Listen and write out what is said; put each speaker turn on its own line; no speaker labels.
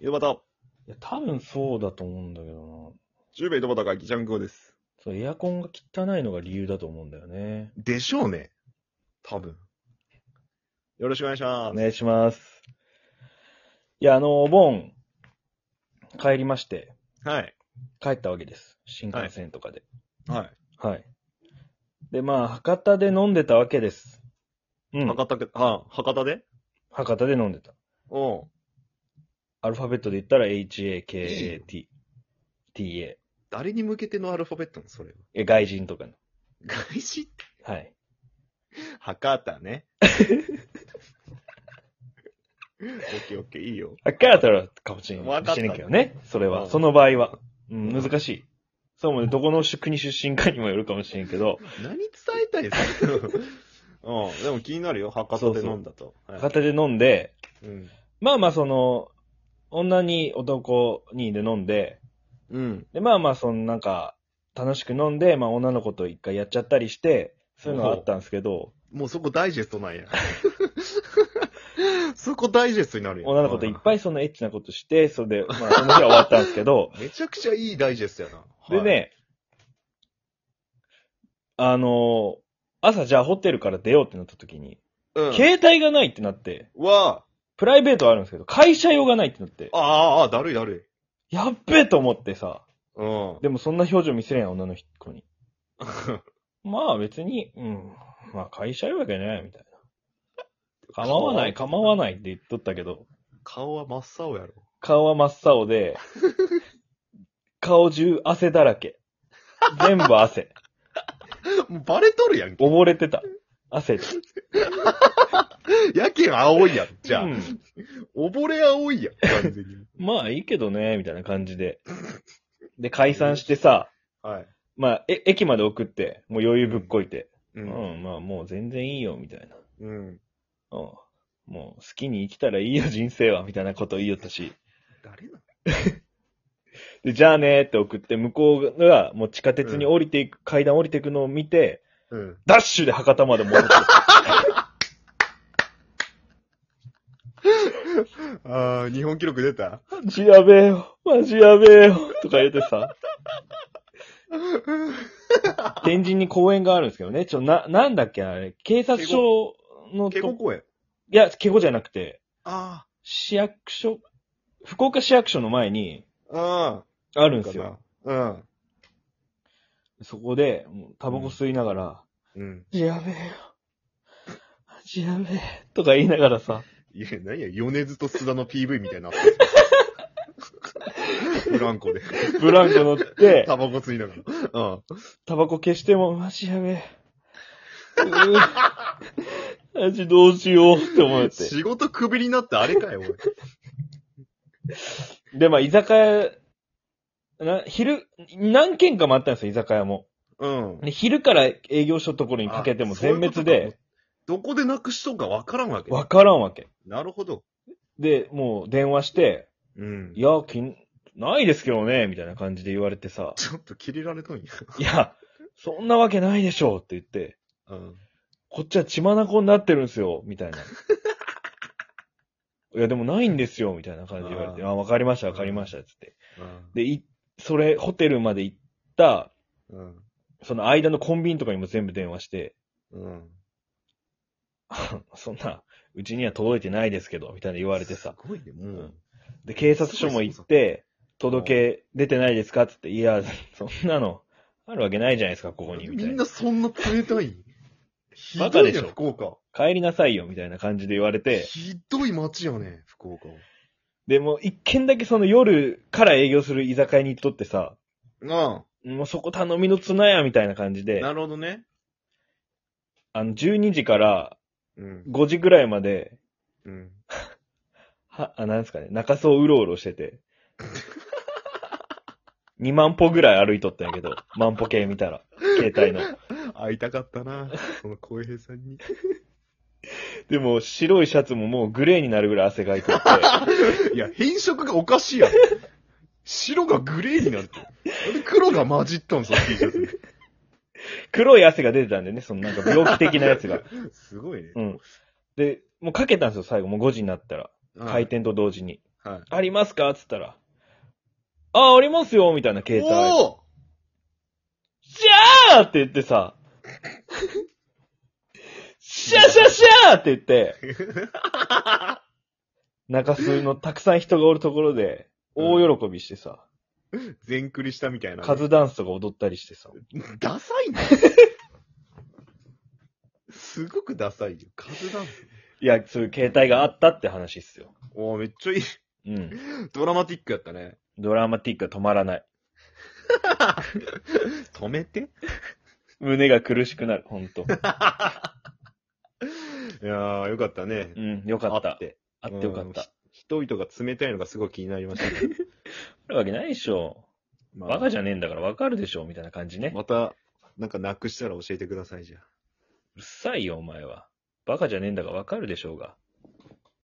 井戸端、
いや、多分そうだと思うんだけどな。
十兵衛井戸端がギちゃんこです。
そう、エアコンが汚いのが理由だと思うんだよね。
でしょうね。多分。よろしくお願いしま
お
す。
願いします。いや、あの、お盆、帰りまして、
はい。
帰ったわけです。新幹線とかで。
は
はい。で、まあ、博多で飲んでたわけです。う
い。
ん。
博多け、は博多で
博多で飲んでた。
おう
アルファベットで言ったら HAKAT、TA。
誰に向けてのアルファベットなのそれは。
え、外人とかの。
外資
はい。
博多ね。オッケーオッケー、いいよ。
あっからたらかもしれん
わかった
しれんけどね。それ
う
は。
ん
その場合は。うん、難しい。そうもね、どこの国出身かにもよるかもしれんけど、
何伝えたい ですかうん。でも気になるよ。博多で飲んだと。はい
片手で飲んで、
うん。
まあまあその、女に男にで飲んで、
うん。
で、まあまあそのなんか、楽しく飲んで、まあ女の子と一回やっちゃったりして、そういうのはあったんですけど、
もうそこダイジェスト なんや。そこダイジェストになるやん
女の子といっぱいそのエッチなことして、それで、まあその日は終わったんですけど、
めちゃくちゃいいダイジェストやな。
で
はい。
ね、あの、朝じゃあホテルから出ようってなった時に、
うん。
携帯がないってなって、
わ
プライベートはあるんですけど、会社用がないってなって
あ、、ああ、だるいだるい。
やっべえと思ってさ、
うん。
でもそんな表情見せれんや女の子に。まあ別に、うん、まあ会社用やけどね、みたいな。構わない、構わないって言っとったけど、
顔は真っ青やろ。
顔は真っ青で、顔中汗だらけ。全部汗。
もうバレとるやんけ。
溺れてた。汗で。
やけん青いやん。じゃあ、
うん
溺れ青いやん。完全に。
まあいいけどね、みたいな感じで。で、解散してさ、
はい。
まあ、え、駅まで送って、もう余裕ぶっこいて。
う。
うんん、まあもう全然いいよ、みたいな。
うん。
うん。もう好きに生きたらいいよ、人生は、みたいなこと言いよったし。
誰な
で、じゃあねーって送って、向こうがもう地下鉄に降りていく、階段降りていくのを見て、
うん。
ダッシュで博多まで戻 って。
ああ、日本記録出た
マジやべえよ、マジやべえよ、とか言ってさ。天神に公園があるんですけどね。ちょ、な、なんだっけ、あれ。警察署の
稽古
と、
公演。
いや、ケゴじゃなくて、
あ
市役所、福岡市役所の前に
あ。あ
あ
あ。
るんですよ。
うん。
そこで、もうタバコ吸いながら、
うん。
やべえよ。マジやべえ。とか言いながらさ、
いや、何や、米津と須田の PV みたいになって る。ブランコで。
ブランコ乗って、
タバコ吸いながら。うん。
タバコ消しても、マジやべえ。うぅマジどうしようって思って。
仕事クビになってあれ かよ、おい。
で、まあ、居酒屋、な、昼、何軒かもあったんですよ、居酒屋も。
うん。
で昼から営業所ところにかけても
あそうい
全
うこと
滅
か
で、
どこでなくしとんかわからんわけ。
わからんわけ。
なるほど。
で、もう電話して、
うん
い。や、きん、ないですけどね、みたいな感じで言われてさ、
ちょっと切れられとんや。
いや、そんなわけないでしょうって言って、
うん。
こっちは血眼になってるんですよ、み たいな。いや、でもないんですよ、みたいな感じで言われて、
あー
あ、わかりました、わかりました、つって。
うん
で、い、それ、ホテルまで行った、
うん。
その間のコンビニとかにも全部電話して、
うん。
そんな、うちには届いてないですけど、みたいな言われてさ。
すごいね、もう。
で、警察署も行って、届け出てないですかってって、いや、そんなの、あるわけないじゃないですか、ここに、み
み
たい
ん
な。
なそんな冷たい。ひ
バ
ど
カで
い
し
ね、
ょ
福岡。
帰りなさいよ、みたいな感じで言われて。
ひどい街やね、福岡は。
で、もう一軒だけその夜から営業する居酒屋に行っとってさ、
あ
もうそこ頼みの綱や、みたいな感じ
あ
で、
るほどね。
あの、12時から
うん。
5時ぐらいまで、
うん。
は、あ、なんですかね、中洲をうろうろしてて。2万歩ぐらい歩いとったんやけど、万歩計見たら、携帯の。
会いたかったな、その浩平さんに。
でも、白いシャツももうグレーになるぐらい汗がいとって、
いや、変色がおかしいやん。白がグレーになるって。なんで黒が混じったん、その T シャツに。
黒い汗が出てたんでね、そのなんか病気的なやつが。
すごいね。
うん。で、もうかけたんですよ、最後。もう5時になったら。開
て
店と同時に。
はい。
ありますかつったら、あ、ありますよみたいな携帯。じ
お
ゃーって言ってさ、シャシャシャーって言って、中州のたくさん人がおるところで、大喜びしてさ、
ー全クリしたみたいな。
カズダンスとか踊ったりしてさ、
ダサいね。すごくダサいよ。カズダンス。
いや、そういう携帯があったって話っすよ。
おーめっちゃいい。
うん。
ドラマティックやったね。
ドラマティックが止まらない。
止めて。
胸が苦しくなる、ほんと。
いやー、よかったね
う。ん、よかった。
あ
あっ
って。
てよかっ
うん
た。あ
人々が冷たいのがすごい気になりましたけど。
るわけないでしょ。
ま
バカじゃねえんだからわかるでしょ、みたいな感じね。
また、なんかなくしたら教えてください、じゃあ。
うっさいよ、お前は。バカじゃねえんだからわかるでしょうが。